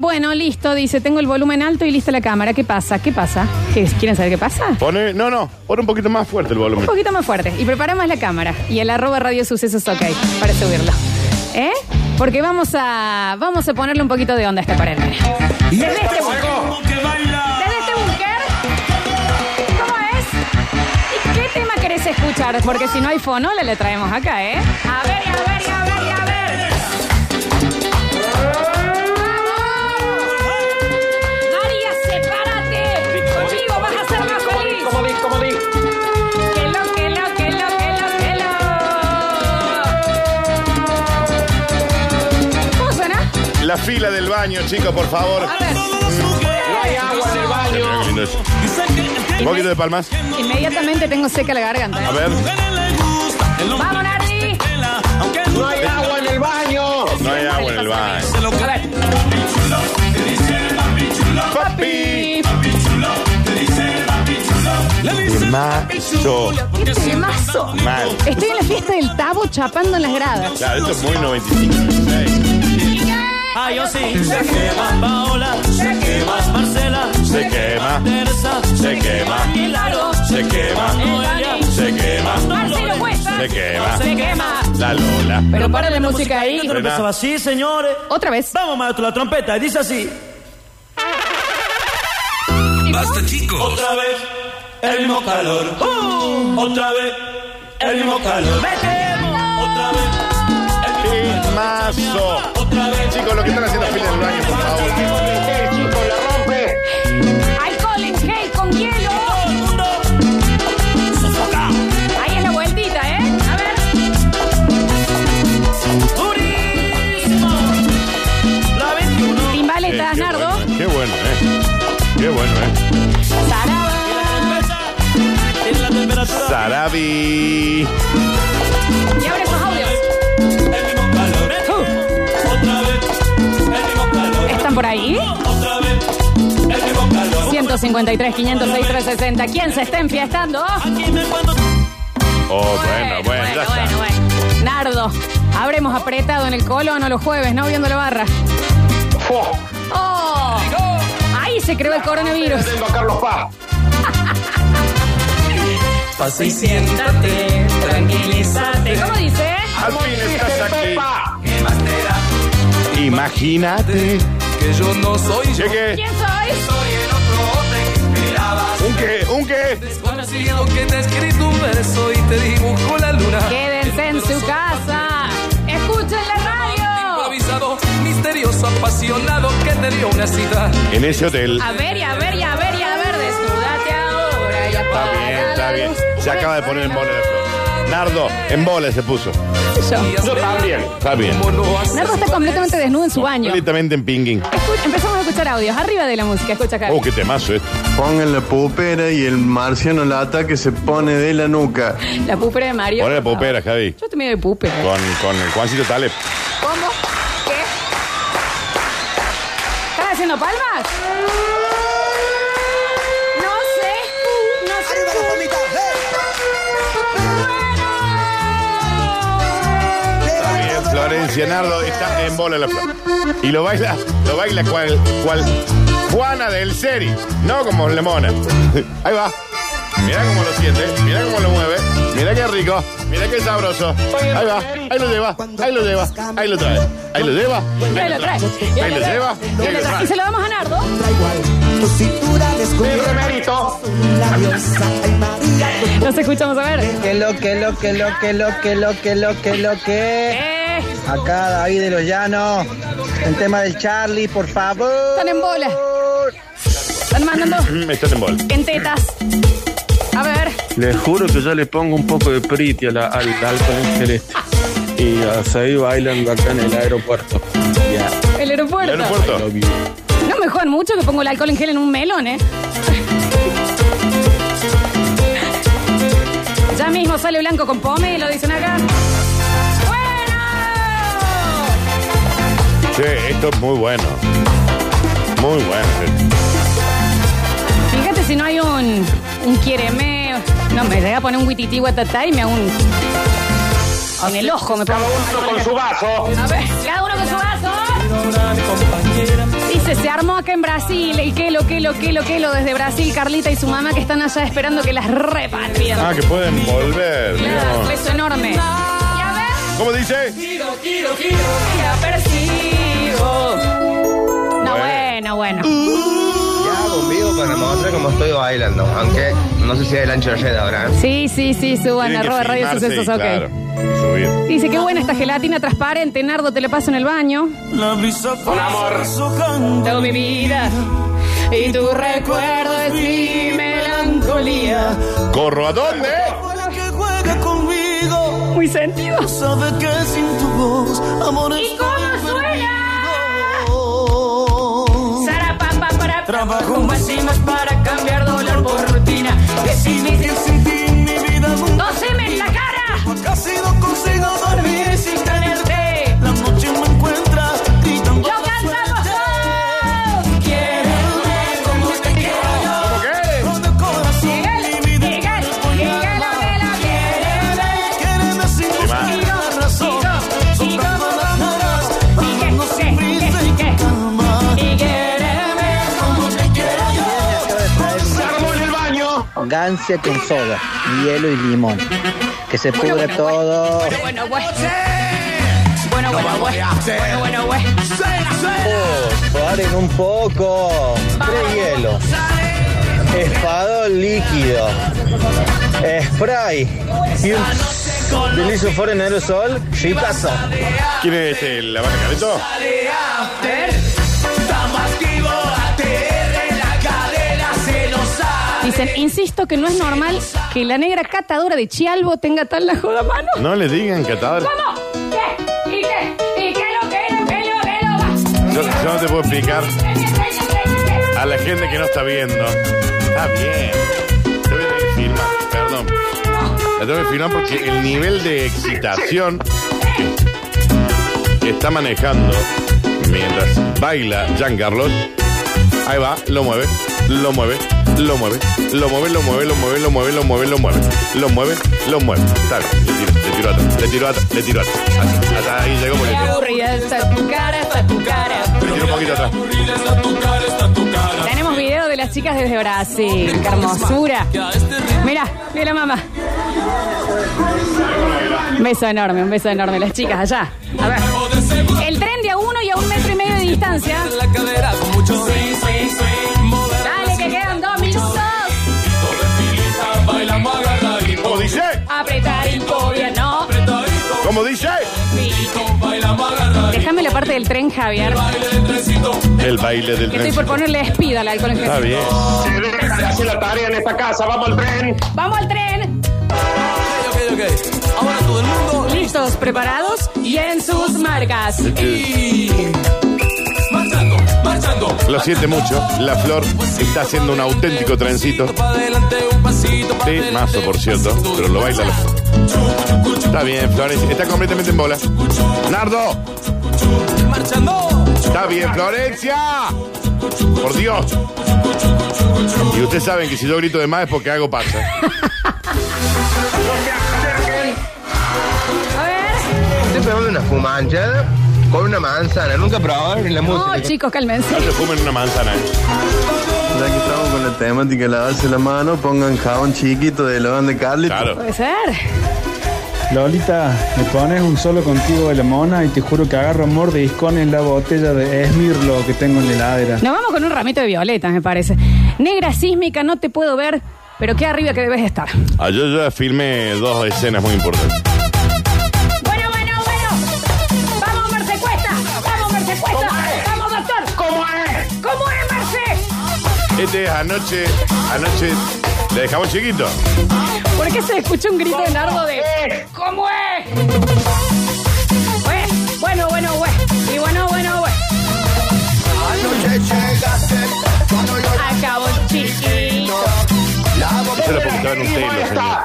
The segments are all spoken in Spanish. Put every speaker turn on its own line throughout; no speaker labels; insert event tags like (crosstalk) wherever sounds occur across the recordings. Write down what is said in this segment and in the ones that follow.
Bueno, listo, dice, tengo el volumen alto y lista la cámara. ¿Qué pasa? ¿Qué pasa? ¿Qué- ¿Quieren saber qué pasa?
Pone, no, no, pon un poquito más fuerte el
Un
volumen.
poquito más fuerte. Y prepara más la cámara. Y el arroba radio sucesos ok para subirlo. ¿Eh? Porque vamos a. vamos a ponerle un poquito de onda a esta pared. mira.
Y
Desde
este
este búnker. Desde este búnker. ¿Cómo es? ¿Y qué tema querés escuchar? Porque si no hay fono, le, le traemos acá, ¿eh? A ver, y a ver, y a ver, y a ver.
eh,
¡Vamos! María, sepárate. Conmigo vas a ser más feliz.
Como di, como di.
Que lo, que lo, que lo, que lo, que lo. ¿Cómo suena?
La fila del baño, chicos, por favor.
A ver.
No hay agua en el baño.
Un poquito de palmas.
Inmediatamente tengo seca la
A
garganta.
ver,
¡Vamos, Nardi!
No hay agua en el baño.
no hay agua en el baño.
A ver.
Papi. Temazo.
¡Qué Este temazo!
Mal.
Estoy en la fiesta del Tabo chapando en las gradas.
Claro, esto es muy 95.
Ah, yo sí. Se quema Paola, se quema Marcela,
Se quema,
Teresa,
se quema,
Claro.
se quema,
Noelia,
se quema,
Marcelo Cuesta.
se quema.
Se quema.
La Lola.
Pero para la música ahí.
Yo no empezaba así, señores.
Otra vez.
Vamos, maestro, la trompeta. Y dice así.
Basta chicos,
Otra vez, el mismo calor. Uh, otra vez, el mismo calor. Metemos. Otra vez, el mismo
Temazo.
Otra vez.
Chicos, lo que están haciendo fila del baño, por favor. Eh,
Este chico la rompe.
Alcohol en gel con hielo.
Todo el mundo. Sofocado.
Ahí es la vueltita, ¿eh? A ver.
Durísimo. La 21.
Timbaletas,
Eh, qué
Nardo.
bueno, Qué bueno, eh. Qué bueno, eh.
Saraba.
Tiene la temperatura.
Sarabi.
Y ahora esos audios. Uh,
El mismo calor. Otra vez, el mismo calor.
¿Están por ahí?
Otra vez, el mismo calor.
153, 506, 360. ¿Quién se está enfiestando?
Aquí me cuando
Oh, bueno, bueno, ya está.
bueno, bueno. Nardo, habremos apretado en el colon o los jueves, ¿no? Viendo la barra.
Fo.
¡Oh! Ahí se creó el coronavirus.
Haciendo a Carlos Paz.
Pasa y siéntate, tranquilízate.
¿Cómo dice?
Al fin estás
Mister
aquí.
Pepa.
¿Qué más te da?
Imagínate.
Que yo no soy yo.
Llegué.
¿Quién soy?
Soy el otro hombre que esperabas.
Un que, un que.
Desconocido que te ha escrito un verso y te dibujó la luna.
Quédense en su casa. Escuchen la radio.
Improvisado, misterioso, apasionado que te dio una cita.
En ese hotel.
A ver, y a ver, y a ver, y a ver. Desnúdate ahora y
Está
apaga
bien, está
la
bien.
luz.
Se acaba de poner en bola de flor. Nardo, en bola se puso.
Yo también.
Está bien.
Como lo haces.
Nardo está completamente desnudo en su baño.
Completamente en pinguín.
Escu- empezamos a escuchar audios. Arriba de la música, escucha acá.
Oh, qué temazo esto.
Pongan la pupera y el marciano la ataque se pone de la nuca.
La pupera de Mario.
Ponle la popera, Javi.
Yo te miro de pupera.
Con, con el Juancito Taleb.
¿Cómo? ¿Qué? ¿Estás haciendo palmas? No sé. No sé.
Está bien, Florencia Nardo está en bola la flor. Y lo baila, lo baila cual, cual Juana del Seri. No como Lemona. (laughs) Ahí va. Mirá cómo lo siente, mirá cómo lo mueve, mirá qué rico, mirá qué sabroso. Ahí va, ahí lo lleva, ahí lo lleva, ahí lo trae, ahí lo lleva,
Y ahí lo trae. Y
ahí lo lleva,
Y ahí lo trae. Y se lo damos a Nardo.
Tu cintura
Libre
descubierta,
mérito.
labiosa, ay María.
Nos escuchamos a ver.
Que lo, que lo, que lo, que lo, que lo, que lo, que lo, que.
Eh,
Acá David de los Llanos. El tema del Charlie, por favor.
están en bola. Están mandando
Mm, Están en bola.
en tetas. A ver.
Les juro que yo le pongo un poco de priti a la- al alcohol en gel este. Y hasta ahí bailan acá en el aeropuerto. Ya,
El
El
aeropuerto.
aeropuerto.
lo vi.
No me jodan mucho que pongo el alcohol en gel en un melón, ¿eh? Ya mismo sale blanco con pome y lo dicen acá. ¡Bueno!
Che, esto es muy bueno. Muy bueno.
Fíjate si no hay un, un quiéreme. No, me llega a poner un huitití guatatá y me hago un. En el ojo me pongo.
Cada uno con su vaso.
A ver, cada uno con su vaso.
una compañera.
Dice Dice, se armó acá en Brasil, el que lo, que lo, que lo, que lo, desde Brasil, Carlita y su mamá que están allá esperando que las repatrien.
Ah, que pueden volver.
Claro,
digamos.
beso enorme. Y a ver,
¿Cómo dice?
la persigo. No,
Bueno.
bueno, bueno.
Ya hago un vivo para mostrar cómo estoy bailando, aunque no sé si es el ancho de red ahora. ¿eh?
Sí, sí, sí, suban,
Tienen que
arroba radio
filmarse
sucesos,
y,
ok.
Claro. y subir.
Dice, qué buena esta gelatina transparente, Nardo, te la paso en el baño.
La brisa
Con amor.
Toda mi vida y tu recuerdo es mi melancolía.
¿Corro a dónde?
que juega conmigo.
Muy sentido.
Sabe que sin tu voz, amor
¿Y cómo suena? Sara, papá, para
Trabajo.
con enzimas para cambiar dolor por rutina. Decime,
sin ti mi vida
no se me en la cara.
Casi no consigo dormir sin
tenerte.
La noche me encuentra
Lo
gritando.
cantamos todos. Quiéreme como te quiero yo.
¿Cómo qué?
Con el corazón,
Llegale,
mi vida.
llegale, llegale, la quiéreme.
Quédeme sin
más?
buscar la razón. Soltando las manos, amando sin prisa y con calma. Como te quiero yo.
Se armó en el baño.
Gancia con soda, hielo y limón. Que se pudre
bueno,
todo.
Bueno, bueno, bueno, bueno, bueno, bueno, bueno, bueno.
Paren un poco. Tres hielos. Espadón líquido. Spray. Y un del isoforo en aerosol. Chipazo.
¿Quién es este? ¿La vaca Careto?
Dicen, insisto que no es normal que la negra catadora de Chialbo tenga tal la joda mano.
No le digan que tal.
¿Cómo? ¿Qué? ¿Y qué? ¿Y qué lo que lo que lo que lo va?
Yo, yo no te puedo explicar a la gente que no está viendo. Está bien. Te voy a tener que filmar, perdón. La tengo que filmar porque el nivel de excitación que está manejando mientras baila Giancarlo. Ahí va, lo mueve, lo mueve, lo mueve, lo mueve, lo mueve, lo mueve, lo mueve, lo mueve, lo mueve, lo mueve, lo mueve. Está bien, le tiro, le tiro atrás, le tiro atrás, le tiro atrás. Así, Hasta ahí llegó porque
Qué
le tiro.
aburrida está tu cara, está tu cara.
Le tiro un poquito atrás.
Tenemos video de las chicas desde Brasil. Qué hermosura.
este
Mirá, mira la mamá. Un beso enorme, un beso enorme. Las chicas allá. A ver. El tren de a uno y a un metro y medio de distancia. Dale, que quedan dos minutos.
¿Cómo dice?
Apretadito, todavía no.
¿Cómo dice?
Déjame la parte del tren, Javier.
El baile del
Que estoy por
tren.
ponerle speed al alcohol en gel.
Está bien.
Se deja de hacer la tarea en esta casa. Vamos al tren.
Vamos al tren.
ok, ok. Ahora todo el mundo.
Listos, preparados y en sus marcas.
Y. Marchando, marchando.
Lo siente mucho. La flor está haciendo un auténtico trencito.
Pa' adelante, un pasito. pa'
Sí,
adelante,
mazo, por
un
cierto.
pasito.
Pero lo baila la flor. Está bien, Flores. Está completamente en bola. Nardo,
Marchando.
está bien, Florencia. Por Dios. Y ustedes saben que si yo grito de más es porque algo pasa.
A ver.
Estoy probando una fumancha con una manzana. Nunca probaron la
No,
música.
Oh, chicos, cálmense.
No se fumen una manzana. eh.
Ya que estamos con la temática de lavarse la mano, pongan jabón chiquito de Logan de Carlitos.
Claro.
Puede ser.
Lolita, me pones un solo contigo de la mona y te juro que agarro amor de discón en la botella de Esmirlo que tengo en la heladera.
Nos vamos con un ramito de violetas, me parece. Negra sísmica, no te puedo ver, pero qué arriba que debes estar.
Ayer yo ya filmé dos escenas muy importantes.
Bueno, bueno, bueno. Vamos, Marce Cuesta. Vamos, Marce Cuesta. Vamos, doctor.
¿Cómo es?
¿Cómo es, Marce?
Este es anoche. Anoche le dejamos chiquito.
¿Por qué se escucha un grito de nardo de ¿Cómo es? Bueno, bueno, bueno, bueno. Y bueno, bueno, bueno. Acabo chiquito.
Eso era porque estaba en un telo, señor.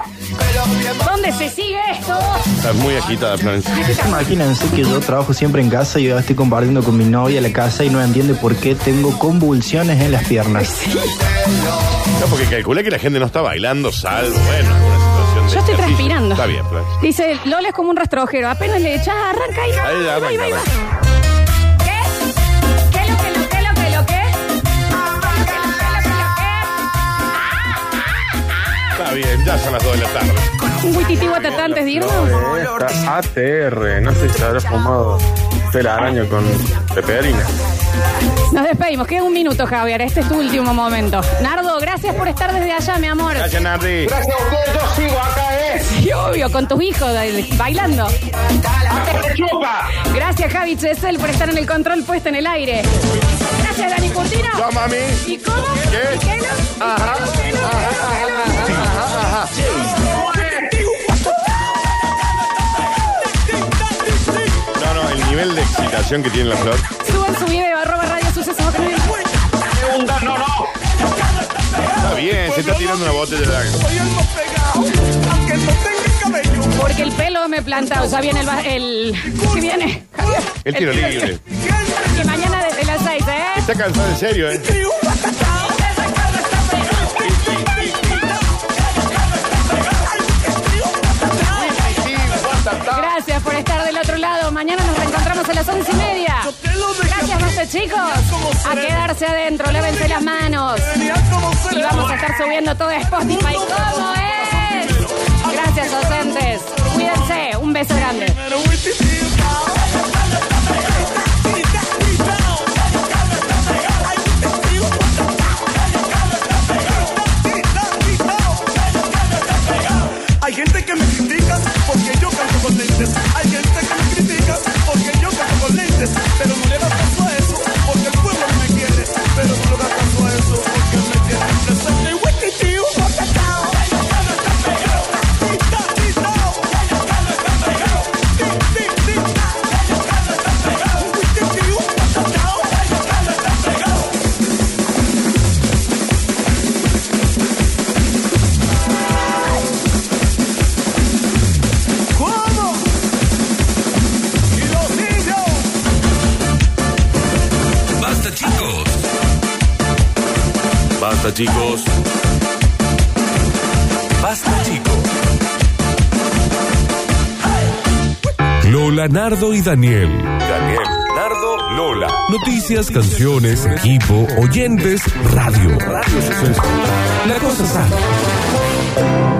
¿Dónde se sigue esto?
Está muy agitada, Florencia.
Imagínense que yo trabajo siempre en casa y yo estoy compartiendo con mi novia la casa y no entiende por qué tengo convulsiones en las piernas.
No, porque calculé que la gente no está bailando, salvo, bueno, una situación de
Yo estoy
ejercicio.
transpirando.
Está bien, Florencia.
Dice, Lola es como un rastrojero. Apenas le echas, arranca y va,
Ahí
y va,
arranca,
y va, y va.
arranca.
¿Qué? ¿Qué lo que lo que lo que lo
ya son las 2 de la tarde.
Un huititi guatatá antes de irnos.
eh.
Esta ATR, no sé si se habrá fumado telaraño con peperina.
Nos despedimos. Queda un minuto, Javier. Este es tu último momento. Nardo, gracias por estar desde allá, mi amor.
Gracias, Nardi.
Gracias a ustedes, yo sigo acá, ¿eh?
Sí, obvio, con tus hijos eh, bailando.
¡Me chupa!
Gracias, Javi Chesel, por estar en el control puesto en el aire. Gracias, Dani Curtino.
Yo, mami.
¿Y cómo?
¿Qué?
¿Y qué no?
Ajá, ajá, ajá, ajá, ajá. No, no, el nivel de excitación que tiene la flor.
Suban su video, arroba radio sucesos.
Segunda, no, no.
Está bien, se está tirando una botella de lágrimas.
Porque el pelo me planta. Ya viene el... va- el ¿Qué viene? Javier.
El tiro libre.
Que mañana desde las seis, ¿eh?
Está cansado en serio, ¿eh?
Gracias por estar del otro lado. Mañana nos reencontramos a las once y media. Gracias, basta, chicos. A quedarse adentro, lávense las manos. Y vamos a estar subiendo todo a Spotify. ¿Cómo es? Gracias, docentes. Cuídense. Un beso grande.
Hay gente que me critica porque yo canto con lentes. Hay gente que me critica porque yo canto con lentes. Pero no le das caso a eso porque el pueblo no me quiere. Pero no le das caso a eso porque me tiene presente. Wikitiu, guacatao. Tita, tita. Ti, ti, tita. Wikitiu, guacatao. ¿Cómo? Y los indios.
Basta chicos. Basta chicos. Basta chicos.
Lola, Nardo y Daniel. Daniel, Nardo, Lola. Noticias, canciones, equipo, oyentes, radio. Radio La cosa sana.